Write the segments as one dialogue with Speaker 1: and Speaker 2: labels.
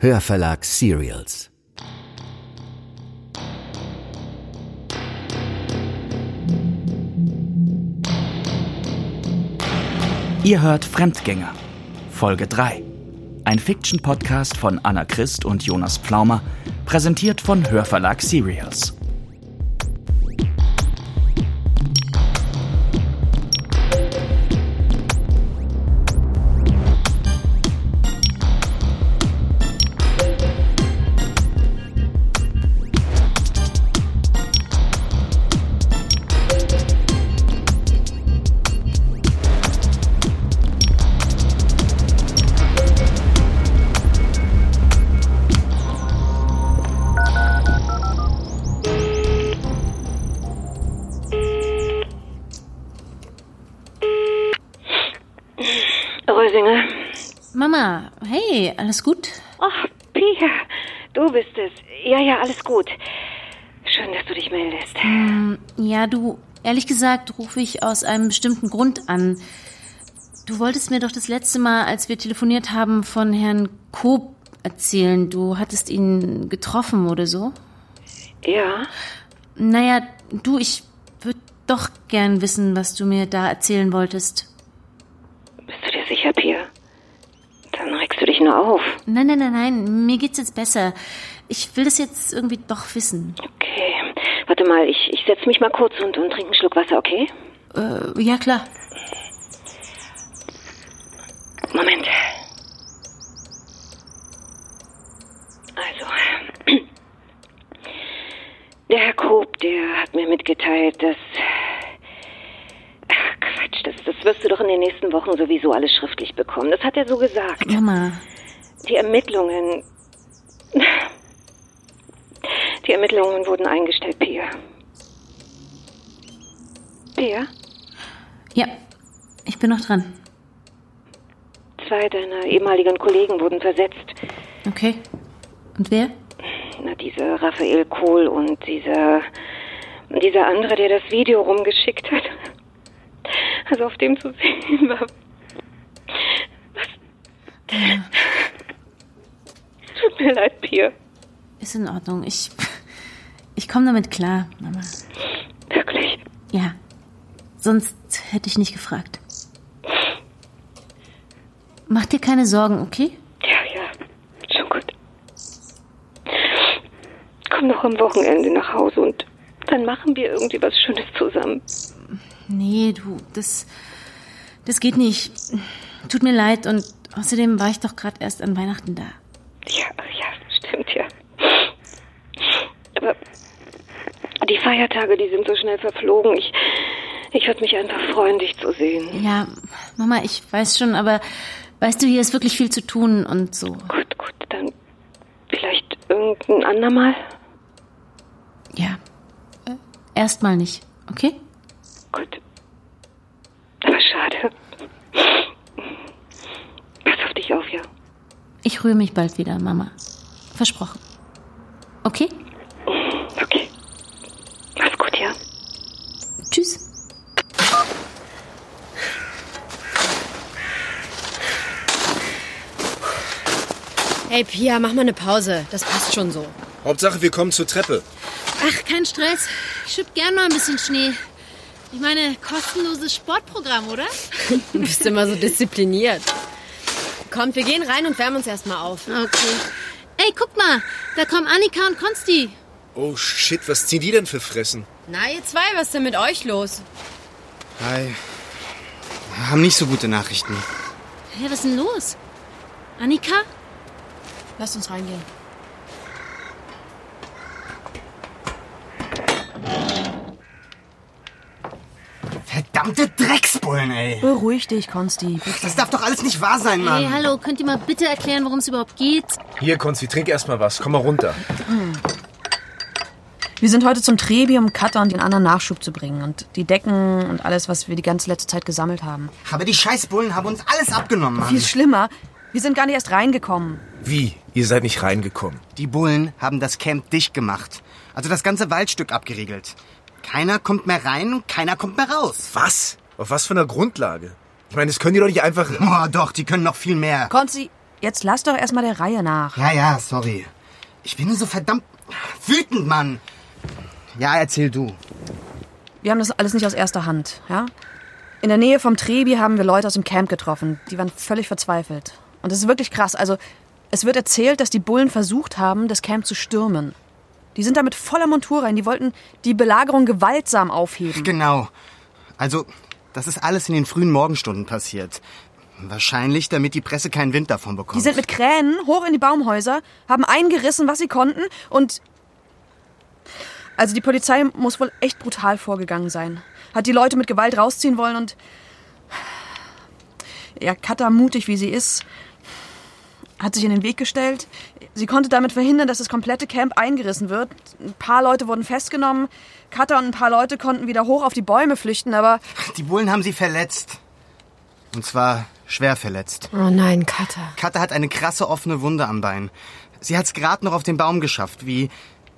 Speaker 1: Hörverlag Serials.
Speaker 2: Ihr hört Fremdgänger, Folge 3. Ein Fiction-Podcast von Anna Christ und Jonas Pflaumer, präsentiert von Hörverlag Serials.
Speaker 3: Rösinger.
Speaker 4: Mama, hey, alles gut?
Speaker 3: Ach, Pia, du bist es. Ja, ja, alles gut. Schön, dass du dich meldest.
Speaker 4: Ja, du, ehrlich gesagt, rufe ich aus einem bestimmten Grund an. Du wolltest mir doch das letzte Mal, als wir telefoniert haben, von Herrn Koop erzählen. Du hattest ihn getroffen oder so?
Speaker 3: Ja,
Speaker 4: Naja, du, ich würde doch gern wissen, was du mir da erzählen wolltest.
Speaker 3: bist du dir sicher, Pia? Dann regst du dich nur auf.
Speaker 4: Nein, nein, nein, nein, mir geht's jetzt besser. Ich will das jetzt irgendwie doch wissen.
Speaker 3: Okay, warte mal, ich, ich setze mich mal kurz und, und trinke einen Schluck Wasser, okay?
Speaker 4: Äh, ja, klar.
Speaker 3: Moment. Also, der Herr Koop, der hat mir mitgeteilt, dass... Ach, Quatsch, das, das wirst du doch in den nächsten Wochen sowieso alles schriftlich bekommen. Das hat er so gesagt.
Speaker 4: Mama,
Speaker 3: Die Ermittlungen. Die Ermittlungen wurden eingestellt, Pia. Pia,
Speaker 4: ja, ich bin noch dran.
Speaker 3: zwei deiner ehemaligen Kollegen wurden versetzt.
Speaker 4: Okay. Und wer?
Speaker 3: Na, dieser ne, Raphael Kohl und dieser. dieser andere, der das Video rumgeschickt hat. Also auf dem zu sehen war. Was? Tut mir leid, Pia.
Speaker 4: Ist in Ordnung. Ich, ich komme damit klar, Mama.
Speaker 3: Wirklich.
Speaker 4: Ja. Sonst hätte ich nicht gefragt. Mach dir keine Sorgen, okay?
Speaker 3: Ja, ja, schon gut. Komm noch am Wochenende nach Hause und dann machen wir irgendwie was Schönes zusammen.
Speaker 4: Nee, du, das, das geht nicht. Tut mir leid und außerdem war ich doch gerade erst an Weihnachten da.
Speaker 3: Ja, ach ja, stimmt ja. Aber die Feiertage, die sind so schnell verflogen. Ich, ich würde mich einfach freuen, dich zu sehen.
Speaker 4: Ja, Mama, ich weiß schon, aber weißt du, hier ist wirklich viel zu tun und so.
Speaker 3: Gut, gut, dann vielleicht irgendein andermal.
Speaker 4: Ja. Äh, Erstmal nicht, okay?
Speaker 3: Gut. Aber schade. Pass auf dich auf, ja.
Speaker 4: Ich rühre mich bald wieder, Mama. Versprochen. Okay?
Speaker 3: Okay. Mach's gut, ja.
Speaker 4: Tschüss.
Speaker 5: Hey Pia, mach mal eine Pause. Das passt schon so.
Speaker 6: Hauptsache, wir kommen zur Treppe.
Speaker 4: Ach, kein Stress. Ich schüpp gern mal ein bisschen Schnee. Ich meine, kostenloses Sportprogramm, oder?
Speaker 5: Du bist immer so diszipliniert. Kommt, wir gehen rein und wärmen uns erstmal auf.
Speaker 4: Okay. Ey, guck mal, da kommen Annika und Konsti.
Speaker 6: Oh shit, was ziehen die denn für Fressen?
Speaker 5: Na, ihr zwei, was ist denn mit euch los?
Speaker 7: Hi. Haben nicht so gute Nachrichten.
Speaker 4: Hey, was ist denn los? Annika?
Speaker 5: Lasst uns reingehen.
Speaker 7: Verdammte Drecksbullen, ey.
Speaker 8: Beruhig dich, Konsti.
Speaker 7: Das darf doch alles nicht wahr sein,
Speaker 4: Hey,
Speaker 7: Mann.
Speaker 4: hallo, könnt ihr mal bitte erklären, worum es überhaupt geht?
Speaker 6: Hier, Konzi, trink erstmal was. Komm mal runter.
Speaker 8: Wir sind heute zum Trebi, um Cutter und den anderen Nachschub zu bringen. Und die Decken und alles, was wir die ganze letzte Zeit gesammelt haben.
Speaker 7: Aber die Scheißbullen haben uns alles abgenommen,
Speaker 8: Viel
Speaker 7: Mann.
Speaker 8: schlimmer, wir sind gar nicht erst reingekommen.
Speaker 6: Wie? Ihr seid nicht reingekommen.
Speaker 7: Die Bullen haben das Camp dicht gemacht. Also das ganze Waldstück abgeriegelt. Keiner kommt mehr rein und keiner kommt mehr raus.
Speaker 6: Was? Auf was für einer Grundlage? Ich meine, das können die doch nicht einfach.
Speaker 7: Boah, doch, die können noch viel mehr.
Speaker 8: Konsti, jetzt lass doch erstmal der Reihe nach.
Speaker 7: Ja, ja, sorry. Ich bin nur so verdammt wütend, Mann. Ja, erzähl du.
Speaker 8: Wir haben das alles nicht aus erster Hand, ja? In der Nähe vom Trebi haben wir Leute aus dem Camp getroffen. Die waren völlig verzweifelt. Und das ist wirklich krass. Also, es wird erzählt, dass die Bullen versucht haben, das Camp zu stürmen. Die sind da mit voller Montur rein. Die wollten die Belagerung gewaltsam aufheben.
Speaker 7: Genau. Also, das ist alles in den frühen Morgenstunden passiert. Wahrscheinlich, damit die Presse keinen Wind davon bekommt.
Speaker 8: Die sind mit Kränen hoch in die Baumhäuser, haben eingerissen, was sie konnten und... Also die Polizei muss wohl echt brutal vorgegangen sein. Hat die Leute mit Gewalt rausziehen wollen und... Ja, Katha, mutig wie sie ist, hat sich in den Weg gestellt. Sie konnte damit verhindern, dass das komplette Camp eingerissen wird. Ein paar Leute wurden festgenommen. Katha und ein paar Leute konnten wieder hoch auf die Bäume flüchten, aber...
Speaker 7: Die Bullen haben sie verletzt. Und zwar schwer verletzt.
Speaker 5: Oh nein, Katha.
Speaker 7: Katha hat eine krasse offene Wunde am Bein. Sie hat's gerade noch auf den Baum geschafft. Wie?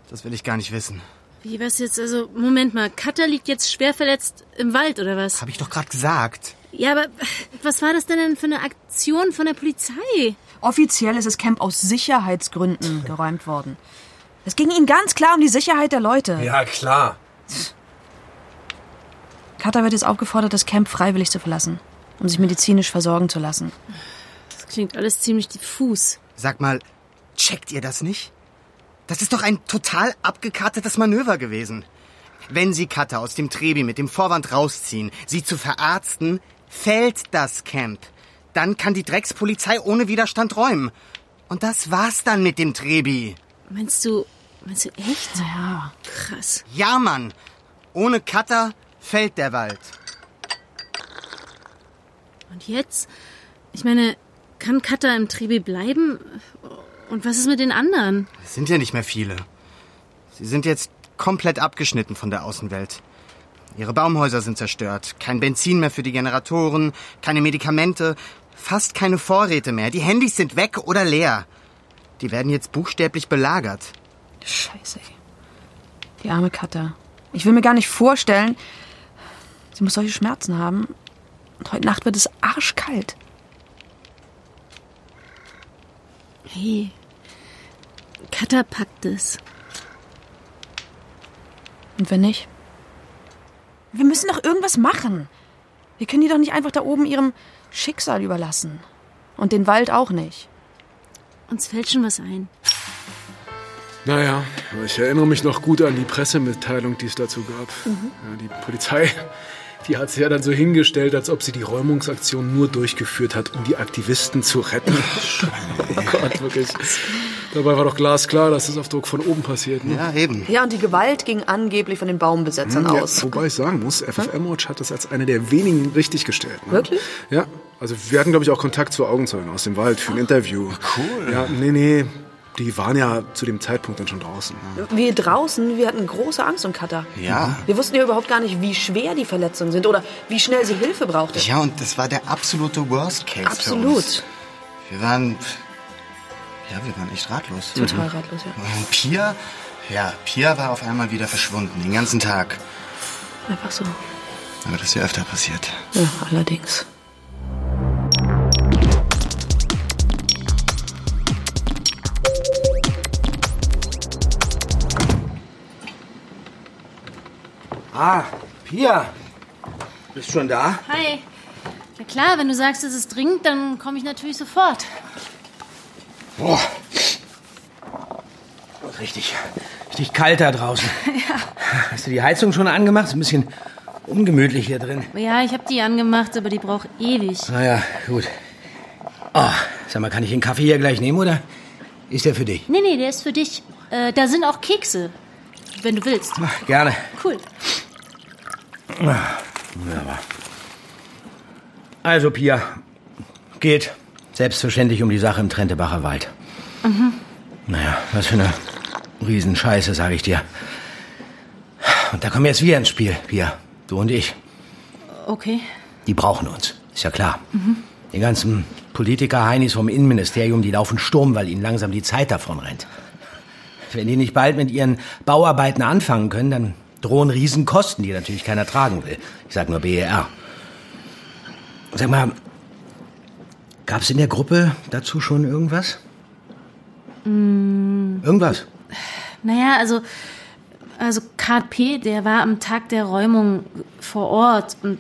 Speaker 7: Das will ich gar nicht wissen.
Speaker 4: Wie was jetzt? Also, Moment mal, Katha liegt jetzt schwer verletzt im Wald, oder was?
Speaker 7: Hab ich doch gerade gesagt.
Speaker 4: Ja, aber was war das denn, denn für eine Aktion von der Polizei?
Speaker 8: Offiziell ist das Camp aus Sicherheitsgründen geräumt worden. Es ging ihnen ganz klar um die Sicherheit der Leute.
Speaker 6: Ja, klar.
Speaker 8: Katha wird jetzt aufgefordert, das Camp freiwillig zu verlassen, um sich medizinisch versorgen zu lassen.
Speaker 4: Das klingt alles ziemlich diffus.
Speaker 7: Sag mal, checkt ihr das nicht? Das ist doch ein total abgekartetes Manöver gewesen. Wenn sie Katha aus dem Trebi mit dem Vorwand rausziehen, sie zu verarzten, fällt das Camp. Dann kann die Dreckspolizei ohne Widerstand räumen. Und das war's dann mit dem Trebi.
Speaker 4: Meinst du, meinst du echt?
Speaker 8: Ja.
Speaker 4: Krass.
Speaker 7: Ja, Mann. Ohne Cutter fällt der Wald.
Speaker 4: Und jetzt? Ich meine, kann Katha im Trebi bleiben? Und was ist mit den anderen?
Speaker 7: Es sind ja nicht mehr viele. Sie sind jetzt komplett abgeschnitten von der Außenwelt. Ihre Baumhäuser sind zerstört. Kein Benzin mehr für die Generatoren, keine Medikamente, fast keine Vorräte mehr. Die Handys sind weg oder leer. Die werden jetzt buchstäblich belagert.
Speaker 8: Scheiße. ey. Die arme Katha. Ich will mir gar nicht vorstellen, sie muss solche Schmerzen haben. Und heute Nacht wird es arschkalt.
Speaker 4: Hey, Katha packt es.
Speaker 8: Und wenn nicht? Wir müssen doch irgendwas machen. Wir können die doch nicht einfach da oben ihrem Schicksal überlassen. Und den Wald auch nicht.
Speaker 4: Uns fällt schon was ein.
Speaker 9: Naja, ich erinnere mich noch gut an die Pressemitteilung, die es dazu gab. Ja, die Polizei, die hat sich ja dann so hingestellt, als ob sie die Räumungsaktion nur durchgeführt hat, um die Aktivisten zu retten. oh Gott, wirklich. Dabei war doch glasklar, dass das auf Druck von oben passiert. Ne?
Speaker 7: Ja, eben.
Speaker 8: Ja, und die Gewalt ging angeblich von den Baumbesetzern
Speaker 9: Hm, Ja, wobei ich sagen muss, FFM-Watch hat das als eine der wenigen richtig gestellt. Ne? Wirklich? Ja. Also wir hatten, glaube ich, auch Kontakt zu Augenzeugen aus dem Wald für ein Interview. Ah, Cool. Ja, nee, nee. Die waren ja zu dem Zeitpunkt dann schon draußen.
Speaker 8: Wir draußen, wir hatten große Angst um Katha.
Speaker 7: Ja.
Speaker 8: Wir wussten ja überhaupt gar nicht, wie schwer die Verletzungen sind oder wie schnell sie Hilfe brauchte.
Speaker 7: Ja, und das war der absolute Worst Case. Für uns.
Speaker 8: Absolut.
Speaker 7: Wir waren. Ja, wir waren echt ratlos.
Speaker 8: Total Mhm. ratlos, ja.
Speaker 7: Und Pia? Ja, Pia war auf einmal wieder verschwunden, den ganzen Tag.
Speaker 8: Einfach so.
Speaker 7: Aber das ist ja öfter passiert.
Speaker 8: Ja, allerdings.
Speaker 6: Ah, Pia. Bist schon da?
Speaker 4: Hi. Na klar, wenn du sagst, es ist dringend, dann komme ich natürlich sofort.
Speaker 6: Boah. Richtig. Richtig kalt da draußen.
Speaker 10: Hast du die Heizung schon angemacht? Ist ein bisschen ungemütlich hier drin.
Speaker 4: Ja, ich habe die angemacht, aber die braucht ewig.
Speaker 10: Naja, gut. Oh, sag mal, kann ich den Kaffee hier gleich nehmen, oder? Ist der für dich?
Speaker 4: Nee, nee, der ist für dich. Äh, da sind auch Kekse, wenn du willst.
Speaker 10: Ach, gerne.
Speaker 4: Cool.
Speaker 10: Wunderbar. Also, Pia, geht selbstverständlich um die Sache im Trentebacher Wald. Mhm. Naja, was für eine Riesenscheiße, sag ich dir. Und da kommen jetzt wir ins Spiel, Pia. Du und ich.
Speaker 4: Okay.
Speaker 10: Die brauchen uns, ist ja klar. Die ganzen Politiker-Heinis vom Innenministerium, die laufen Sturm, weil ihnen langsam die Zeit davon rennt. Wenn die nicht bald mit ihren Bauarbeiten anfangen können, dann drohen Riesenkosten, die natürlich keiner E tragen will. Ich sag nur BER. Sag mal, Gab es in der Gruppe dazu schon irgendwas?
Speaker 4: Mm,
Speaker 10: Irgendwas?
Speaker 4: naja, also, also KP, der war am Tag der Räumung vor Ort und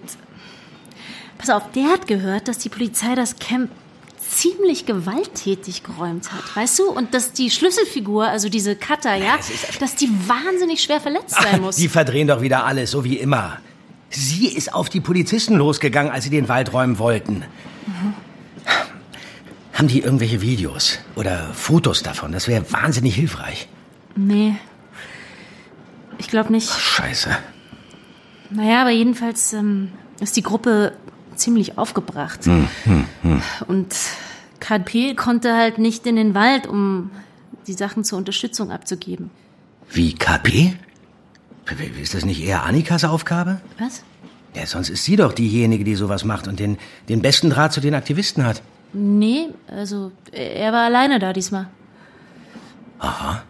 Speaker 4: pass auf, der hat gehört, dass die Polizei das Camp ziemlich gewalttätig geräumt hat, weißt du? Und dass die Schlüsselfigur, also diese Kata, ja, dass die wahnsinnig schwer verletzt sein muss.
Speaker 10: Die verdrehen doch wieder alles, so wie immer. Sie ist auf die Polizisten losgegangen, als sie den Wald räumen wollten. Mhm. Haben die irgendwelche Videos oder Fotos davon? Das wäre wahnsinnig hilfreich.
Speaker 4: Nee. Ich glaube nicht.
Speaker 10: Scheiße.
Speaker 4: Naja, aber jedenfalls ähm, ist die Gruppe ziemlich aufgebracht.
Speaker 10: Hm, hm, hm.
Speaker 4: Und KP konnte halt nicht in den Wald, um die Sachen zur Unterstützung abzugeben.
Speaker 10: Wie KP? Ist das nicht eher Annikas Aufgabe?
Speaker 4: Was?
Speaker 10: Ja, sonst ist sie doch diejenige, die sowas macht und den, den besten Draht zu den Aktivisten hat.
Speaker 4: Nee, also er war alleine da diesmal.
Speaker 10: Aha.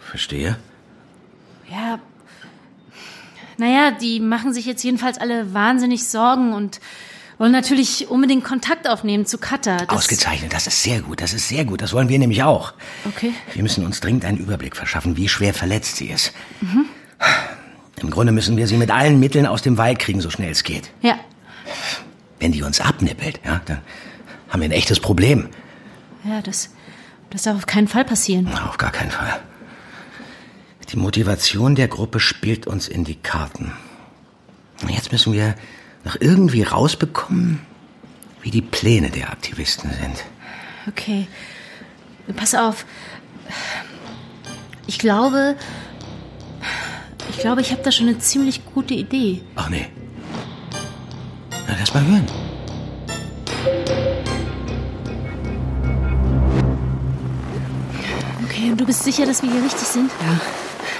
Speaker 10: Verstehe.
Speaker 4: Ja. Naja, die machen sich jetzt jedenfalls alle wahnsinnig Sorgen und wollen natürlich unbedingt Kontakt aufnehmen zu Katha. Das-
Speaker 10: Ausgezeichnet, das ist sehr gut, das ist sehr gut. Das wollen wir nämlich auch.
Speaker 4: Okay.
Speaker 10: Wir müssen uns dringend einen Überblick verschaffen, wie schwer verletzt sie ist.
Speaker 4: Mhm.
Speaker 10: Im Grunde müssen wir sie mit allen Mitteln aus dem Wald kriegen, so schnell es geht.
Speaker 4: Ja.
Speaker 10: Wenn die uns abnippelt, ja, dann haben wir ein echtes Problem.
Speaker 4: Ja, das, das darf auf keinen Fall passieren.
Speaker 10: Auf gar keinen Fall. Die Motivation der Gruppe spielt uns in die Karten. Und Jetzt müssen wir noch irgendwie rausbekommen, wie die Pläne der Aktivisten sind.
Speaker 4: Okay. Pass auf. Ich glaube, ich glaube, ich habe da schon eine ziemlich gute Idee.
Speaker 10: Ach nee. Na, lass mal hören.
Speaker 4: Okay, und du bist sicher, dass wir hier richtig sind? Ja.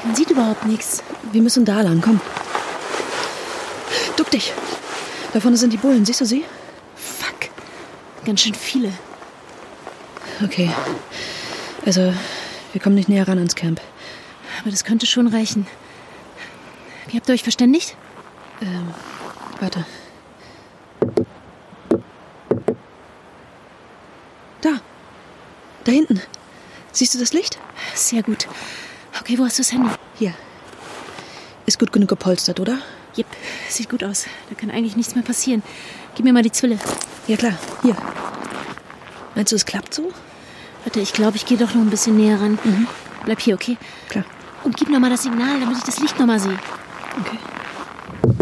Speaker 4: Man sieht überhaupt nichts.
Speaker 8: Wir müssen da lang, komm. Duck dich. Da vorne sind die Bullen, siehst du sie?
Speaker 4: Ganz schön viele.
Speaker 8: Okay. Also, wir kommen nicht näher ran ans Camp.
Speaker 4: Aber das könnte schon reichen. Wie habt ihr euch verständigt?
Speaker 8: Ähm, warte. Da. Da hinten. Siehst du das Licht?
Speaker 4: Sehr gut. Okay, wo hast du das Handy?
Speaker 8: Hier. Ist gut genug gepolstert, oder?
Speaker 4: Jep, sieht gut aus. Da kann eigentlich nichts mehr passieren. Gib mir mal die Zwille.
Speaker 8: Ja klar, hier. Meinst du, es klappt so?
Speaker 4: Warte, ich glaube, ich gehe doch noch ein bisschen näher ran. Bleib hier, okay?
Speaker 8: Klar.
Speaker 4: Und gib nochmal das Signal, damit ich das Licht nochmal sehe.
Speaker 8: Okay.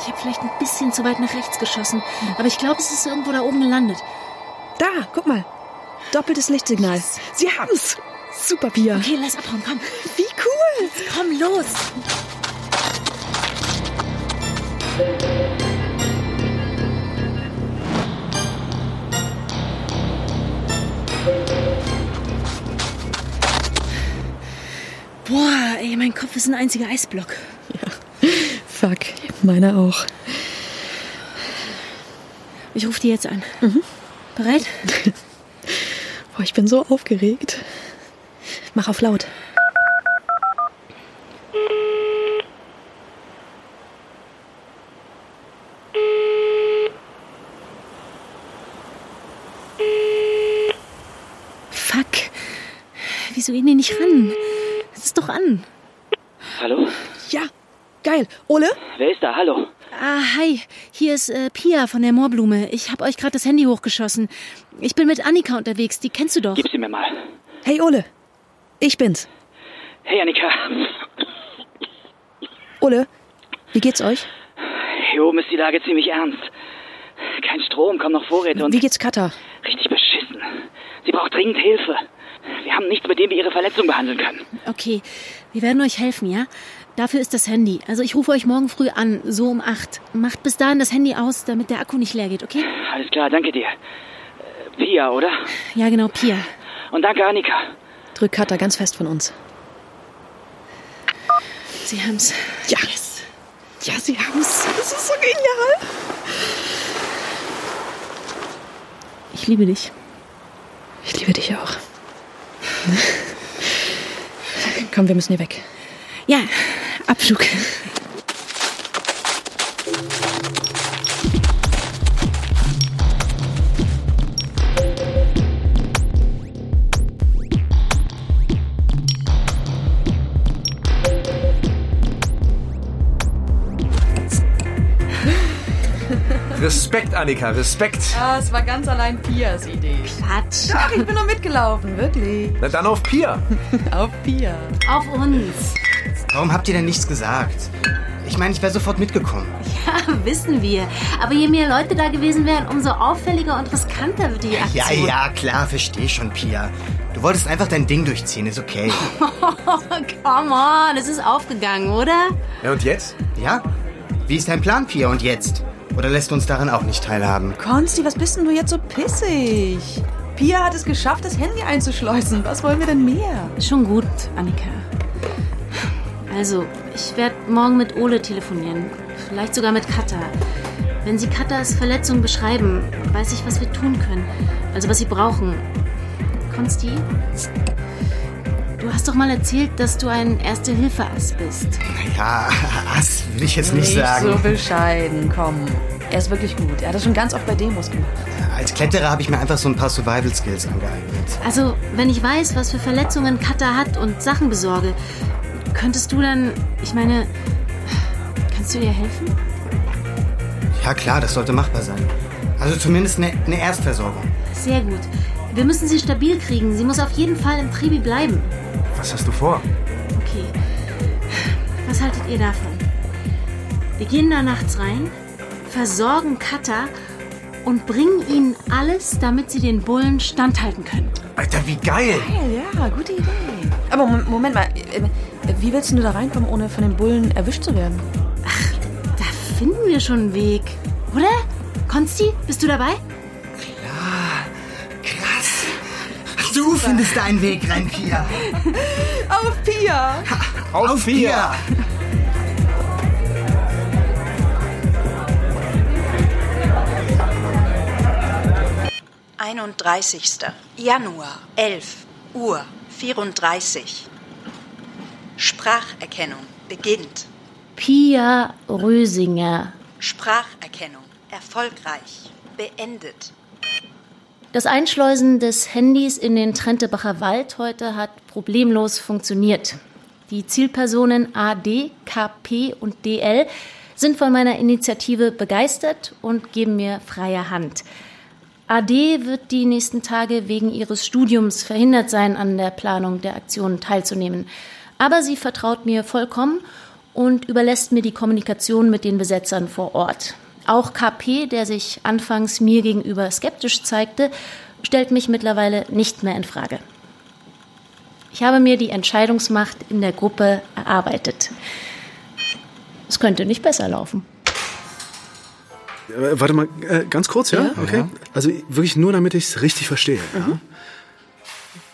Speaker 4: Ich habe vielleicht ein bisschen zu weit nach rechts geschossen. Aber ich glaube, es ist irgendwo da oben gelandet.
Speaker 8: Da, guck mal. Doppeltes Lichtsignal. Sie haben's. Super, Pia.
Speaker 4: Okay, lass abhauen, komm.
Speaker 8: Wie cool.
Speaker 4: Komm, los. Boah, ey, mein Kopf ist ein einziger Eisblock.
Speaker 8: Fuck, meiner auch.
Speaker 4: Ich rufe die jetzt an. Bereit?
Speaker 8: Boah, ich bin so aufgeregt. Mach auf laut.
Speaker 4: Fuck. Wieso gehen die nicht ran? Es ist doch an.
Speaker 11: Hallo?
Speaker 8: Ja, geil. Ole?
Speaker 11: Wer ist da? Hallo?
Speaker 4: Ah, hi. Hier ist äh, Pia von der Moorblume. Ich habe euch gerade das Handy hochgeschossen. Ich bin mit Annika unterwegs. Die kennst du doch.
Speaker 11: Gib sie mir mal.
Speaker 8: Hey, Ole. Ich bin's.
Speaker 11: Hey, Annika.
Speaker 8: Ole, wie geht's euch?
Speaker 11: Hier oben ist die Lage ziemlich ernst. Kein Strom, kaum noch Vorräte und
Speaker 8: Wie geht's Katha?
Speaker 11: richtig beschissen. Sie braucht dringend Hilfe. Wir haben nichts, mit dem wir ihre Verletzung behandeln können.
Speaker 4: Okay, wir werden euch helfen, ja? Dafür ist das Handy. Also ich rufe euch morgen früh an, so um acht. Macht bis dahin das Handy aus, damit der Akku nicht leer geht, okay?
Speaker 11: Alles klar, danke dir. Äh, Pia, oder?
Speaker 4: Ja, genau, Pia.
Speaker 11: Und danke, Annika.
Speaker 8: Drück Katha ganz fest von uns.
Speaker 4: Sie haben's.
Speaker 8: Ja. Ja, sie haben's. Das ist so genial.
Speaker 4: Ich liebe dich.
Speaker 8: Ich liebe dich auch. Komm, wir müssen hier weg.
Speaker 12: Ja, Abflug.
Speaker 13: Respekt, Annika, Respekt.
Speaker 8: Ah, es war ganz allein Pias Idee. Quatsch. Ach, ich bin noch mitgelaufen, wirklich.
Speaker 13: Na dann auf Pia.
Speaker 8: Auf Pia.
Speaker 4: Auf uns.
Speaker 7: Warum habt ihr denn nichts gesagt? Ich meine, ich wäre sofort mitgekommen.
Speaker 4: Ja, wissen wir. Aber je mehr Leute da gewesen wären, umso auffälliger und riskanter wird die
Speaker 7: Ja,
Speaker 4: Aktion.
Speaker 7: ja, klar, verstehe schon, Pia. Du wolltest einfach dein Ding durchziehen, ist okay.
Speaker 4: Come on, es ist aufgegangen, oder?
Speaker 7: Ja, und jetzt? Ja. Wie ist dein Plan, Pia, und jetzt? Oder lässt du uns daran auch nicht teilhaben?
Speaker 8: Konsti, was bist denn du jetzt so pissig? Pia hat es geschafft, das Handy einzuschleusen. Was wollen wir denn mehr?
Speaker 4: Schon gut, Annika. Also, ich werde morgen mit Ole telefonieren. Vielleicht sogar mit Katha. Wenn Sie Katas Verletzung beschreiben, weiß ich, was wir tun können. Also, was Sie brauchen. Konsti? Du hast doch mal erzählt, dass du ein Erste-Hilfe-Ass bist.
Speaker 7: Ja, Ass will ich jetzt nicht, sagen.
Speaker 8: so bescheiden, komm. Er ist wirklich gut. Er hat das schon ganz oft bei Demos gemacht.
Speaker 7: Als Kletterer habe ich mir einfach so ein paar Survival Skills angeeignet.
Speaker 4: Also, wenn ich weiß, was für Verletzungen Katha hat und Sachen besorge, könntest du dann, ich meine, kannst du ihr helfen?
Speaker 7: Ja, klar, das sollte machbar sein. Also zumindest eine, eine Erstversorgung.
Speaker 4: Sehr gut. Wir müssen sie stabil kriegen. Sie muss auf jeden Fall im Trebi bleiben.
Speaker 7: Was hast du vor?
Speaker 4: Okay. Was haltet ihr davon? Wir gehen da nachts rein, versorgen Katha und bringen ihnen alles, damit sie den Bullen standhalten können.
Speaker 13: Alter, wie geil.
Speaker 8: Geil, Ah ja, gute Idee. Aber Mom- Moment mal, äh, wie willst du da reinkommen, ohne von den Bullen erwischt zu werden?
Speaker 4: Finden wir schon einen Weg, oder? Konsti, bist du dabei?
Speaker 7: Du findest deinen Weg rein, Pia.
Speaker 8: Auf Pia!
Speaker 7: Auf, Pia.
Speaker 14: Einunddreißigster Januar, 11 Uhr 34. Spracherkennung beginnt.
Speaker 4: Pia Rösinger.
Speaker 14: Spracherkennung erfolgreich beendet.
Speaker 4: Das Einschleusen des Handys in den Trentebacher Wald heute hat problemlos funktioniert. Die Zielpersonen AD, KP und DL sind von meiner Initiative begeistert und geben mir freie Hand. AD wird die nächsten Tage wegen ihres Studiums verhindert sein, an der Planung der Aktion teilzunehmen. Aber sie vertraut mir vollkommen und überlässt mir die Kommunikation mit den Besetzern vor Ort. Auch KP, der sich anfangs mir gegenüber skeptisch zeigte, stellt mich mittlerweile nicht mehr in Frage. Ich habe mir die Entscheidungsmacht in der Gruppe erarbeitet. Es könnte nicht besser laufen.
Speaker 9: Äh, warte mal, äh, ganz kurz, ja?
Speaker 4: Ja.
Speaker 9: Okay.
Speaker 4: Ja.
Speaker 9: Also wirklich nur, damit ich es richtig verstehe. Ja?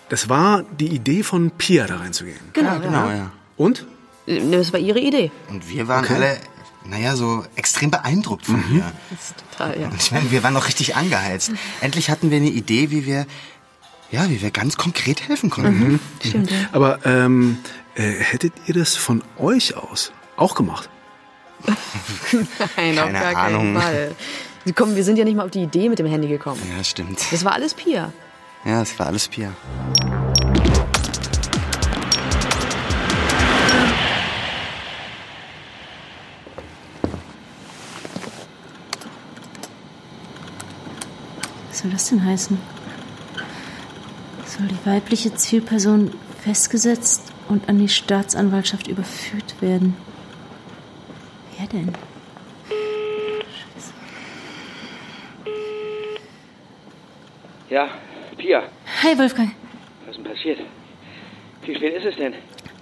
Speaker 9: Das war die Idee von Pia, da reinzugehen.
Speaker 8: Genau, Ja, genau, ja.
Speaker 9: Und?
Speaker 8: Äh, ne, Das war ihre Idee.
Speaker 7: Und wir waren
Speaker 9: Okay. Mhm.
Speaker 7: alle, naja, so extrem beeindruckt von ihr.
Speaker 8: Das ist total, Ah, ja.
Speaker 7: Und ich meine, wir waren noch richtig angeheizt. Endlich hatten wir eine Idee, wie wir, ja, wie wir ganz konkret helfen konnten.
Speaker 9: Mhm. Aber ähm, äh, hättet ihr das von euch aus auch gemacht?
Speaker 8: Nein, auf
Speaker 9: Keine
Speaker 8: gar keinen
Speaker 9: Ahnung.
Speaker 8: Fall. Komm, wir sind ja nicht mal auf die Idee mit dem Handy gekommen.
Speaker 7: Ja, stimmt.
Speaker 8: Das war alles Pia.
Speaker 7: Ja, es war alles Pia.
Speaker 4: Was soll das denn heißen? Soll die weibliche Zielperson festgesetzt und an die Staatsanwaltschaft überführt werden? Wer denn?
Speaker 11: Ja, Pia,
Speaker 4: Hi Wolfgang.
Speaker 11: was ist denn passiert? Wie spät ist es denn?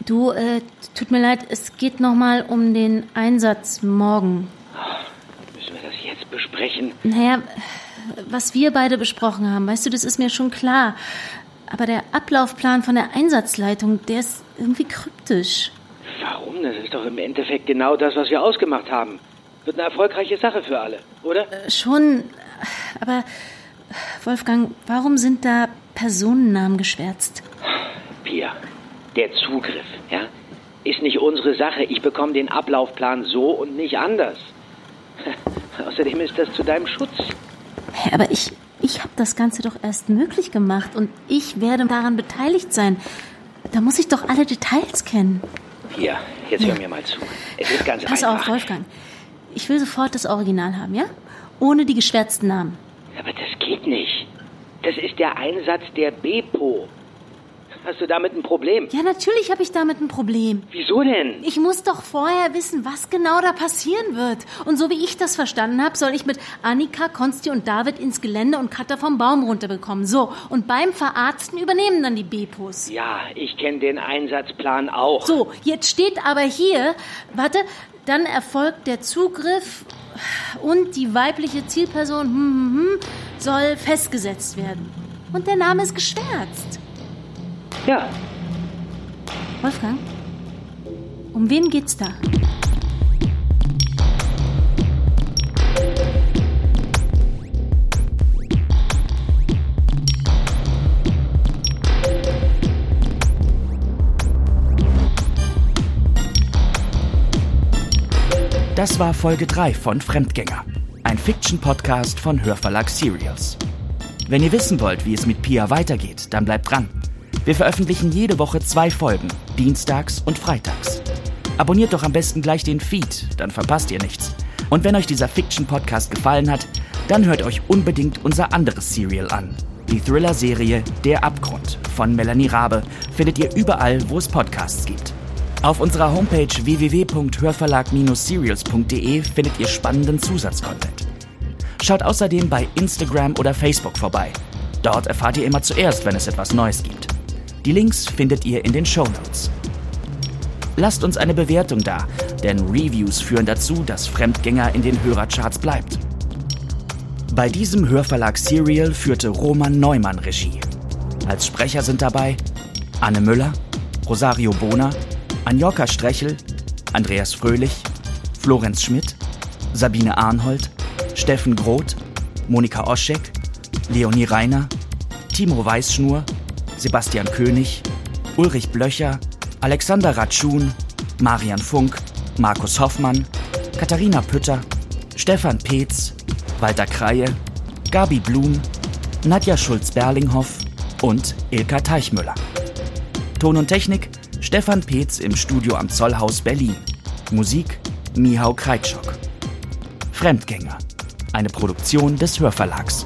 Speaker 4: Du, äh, tut mir leid, es geht nochmal um den Einsatz morgen.
Speaker 11: Müssen wir das jetzt besprechen?
Speaker 4: Naja, was wir beide besprochen haben, weißt du, das ist mir schon klar. Aber der Ablaufplan von der Einsatzleitung, der ist irgendwie kryptisch.
Speaker 11: Warum? Das ist doch im Endeffekt genau das, was wir ausgemacht haben. Wird eine erfolgreiche Sache für alle, oder?
Speaker 4: Äh, Schon, aber Wolfgang, warum sind da Personennamen geschwärzt?
Speaker 10: Pia. Der Zugriff, ja, ist nicht unsere Sache. Ich bekomme den Ablaufplan so und nicht anders. Außerdem ist das zu deinem Schutz.
Speaker 4: Hä, aber ich, ich habe das Ganze doch erst möglich gemacht und ich werde daran beteiligt sein. Da muss ich doch alle Details kennen.
Speaker 10: Hier, jetzt hör mir mal zu. Es ist ganz
Speaker 4: Pass
Speaker 10: einfach.
Speaker 4: auf, Wolfgang. Ich will sofort das Original haben, ja? Ohne die geschwärzten Namen.
Speaker 10: Aber das geht nicht. Das ist der Einsatz der Bepo. Hast du damit ein Problem?
Speaker 4: Ja, natürlich habe ich damit ein Problem.
Speaker 10: Wieso denn?
Speaker 4: Ich muss doch vorher wissen, was genau da passieren wird. Und so wie ich das verstanden habe, soll ich mit Annika, Konsti und David ins Gelände und Katha vom Baum runterbekommen. So, und beim Verarzten übernehmen dann die Bepos.
Speaker 10: Ja, ich kenne den Einsatzplan auch.
Speaker 4: So, jetzt steht aber hier, warte, dann erfolgt der Zugriff und die weibliche Zielperson hm, hm, hm, soll festgesetzt werden. Und der Name ist geschwärzt.
Speaker 10: Ja.
Speaker 4: Wolfgang, um wen geht's da?
Speaker 7: Das war Folge 3 von Fremdgänger, ein Fiction-Podcast von Hörverlag Serials. Wenn ihr wissen wollt, wie es mit Pia weitergeht, dann bleibt dran. Wir veröffentlichen jede Woche zwei Folgen, dienstags und freitags. Abonniert doch am besten gleich den Feed, dann verpasst ihr nichts. Und wenn euch dieser Fiction-Podcast gefallen hat, dann hört euch unbedingt unser anderes Serial an. Die Thriller-Serie Der Abgrund von Melanie Rabe findet ihr überall, wo es Podcasts gibt. Auf unserer Homepage www.hörverlag-serials.de E findet ihr spannenden Zusatzcontent. Schaut außerdem bei Instagram oder Facebook vorbei. Dort erfahrt ihr immer zuerst, wenn es etwas Neues gibt. Die Links findet ihr in den Shownotes. Lasst uns eine Bewertung da, denn Reviews führen dazu, dass Fremdgänger in den Hörercharts bleibt. Bei diesem Hörverlag Serial führte Roman Neumann Regie. Als Sprecher sind dabei Anne Müller, Rosario Bohner, Anjoka Strechel, Andreas Fröhlich, Florenz Schmidt, Sabine Arnhold, Steffen Groth, Monika Oschek, Leonie Reiner, Timo Weißschnur, Sebastian König, Ulrich Blöcher, Alexander Ratschun, Marian Funk, Markus Hoffmann, Katharina Pütter, Stefan Peetz, Walter Kreie, Gabi Blum, Nadja Schulz-Berlinghoff und Ilka Teichmüller. Ton und Technik Stefan Peetz im Studio am Zollhaus Berlin. Musik Mihau Kreitschok. Fremdgänger. Eine Produktion des Hörverlags.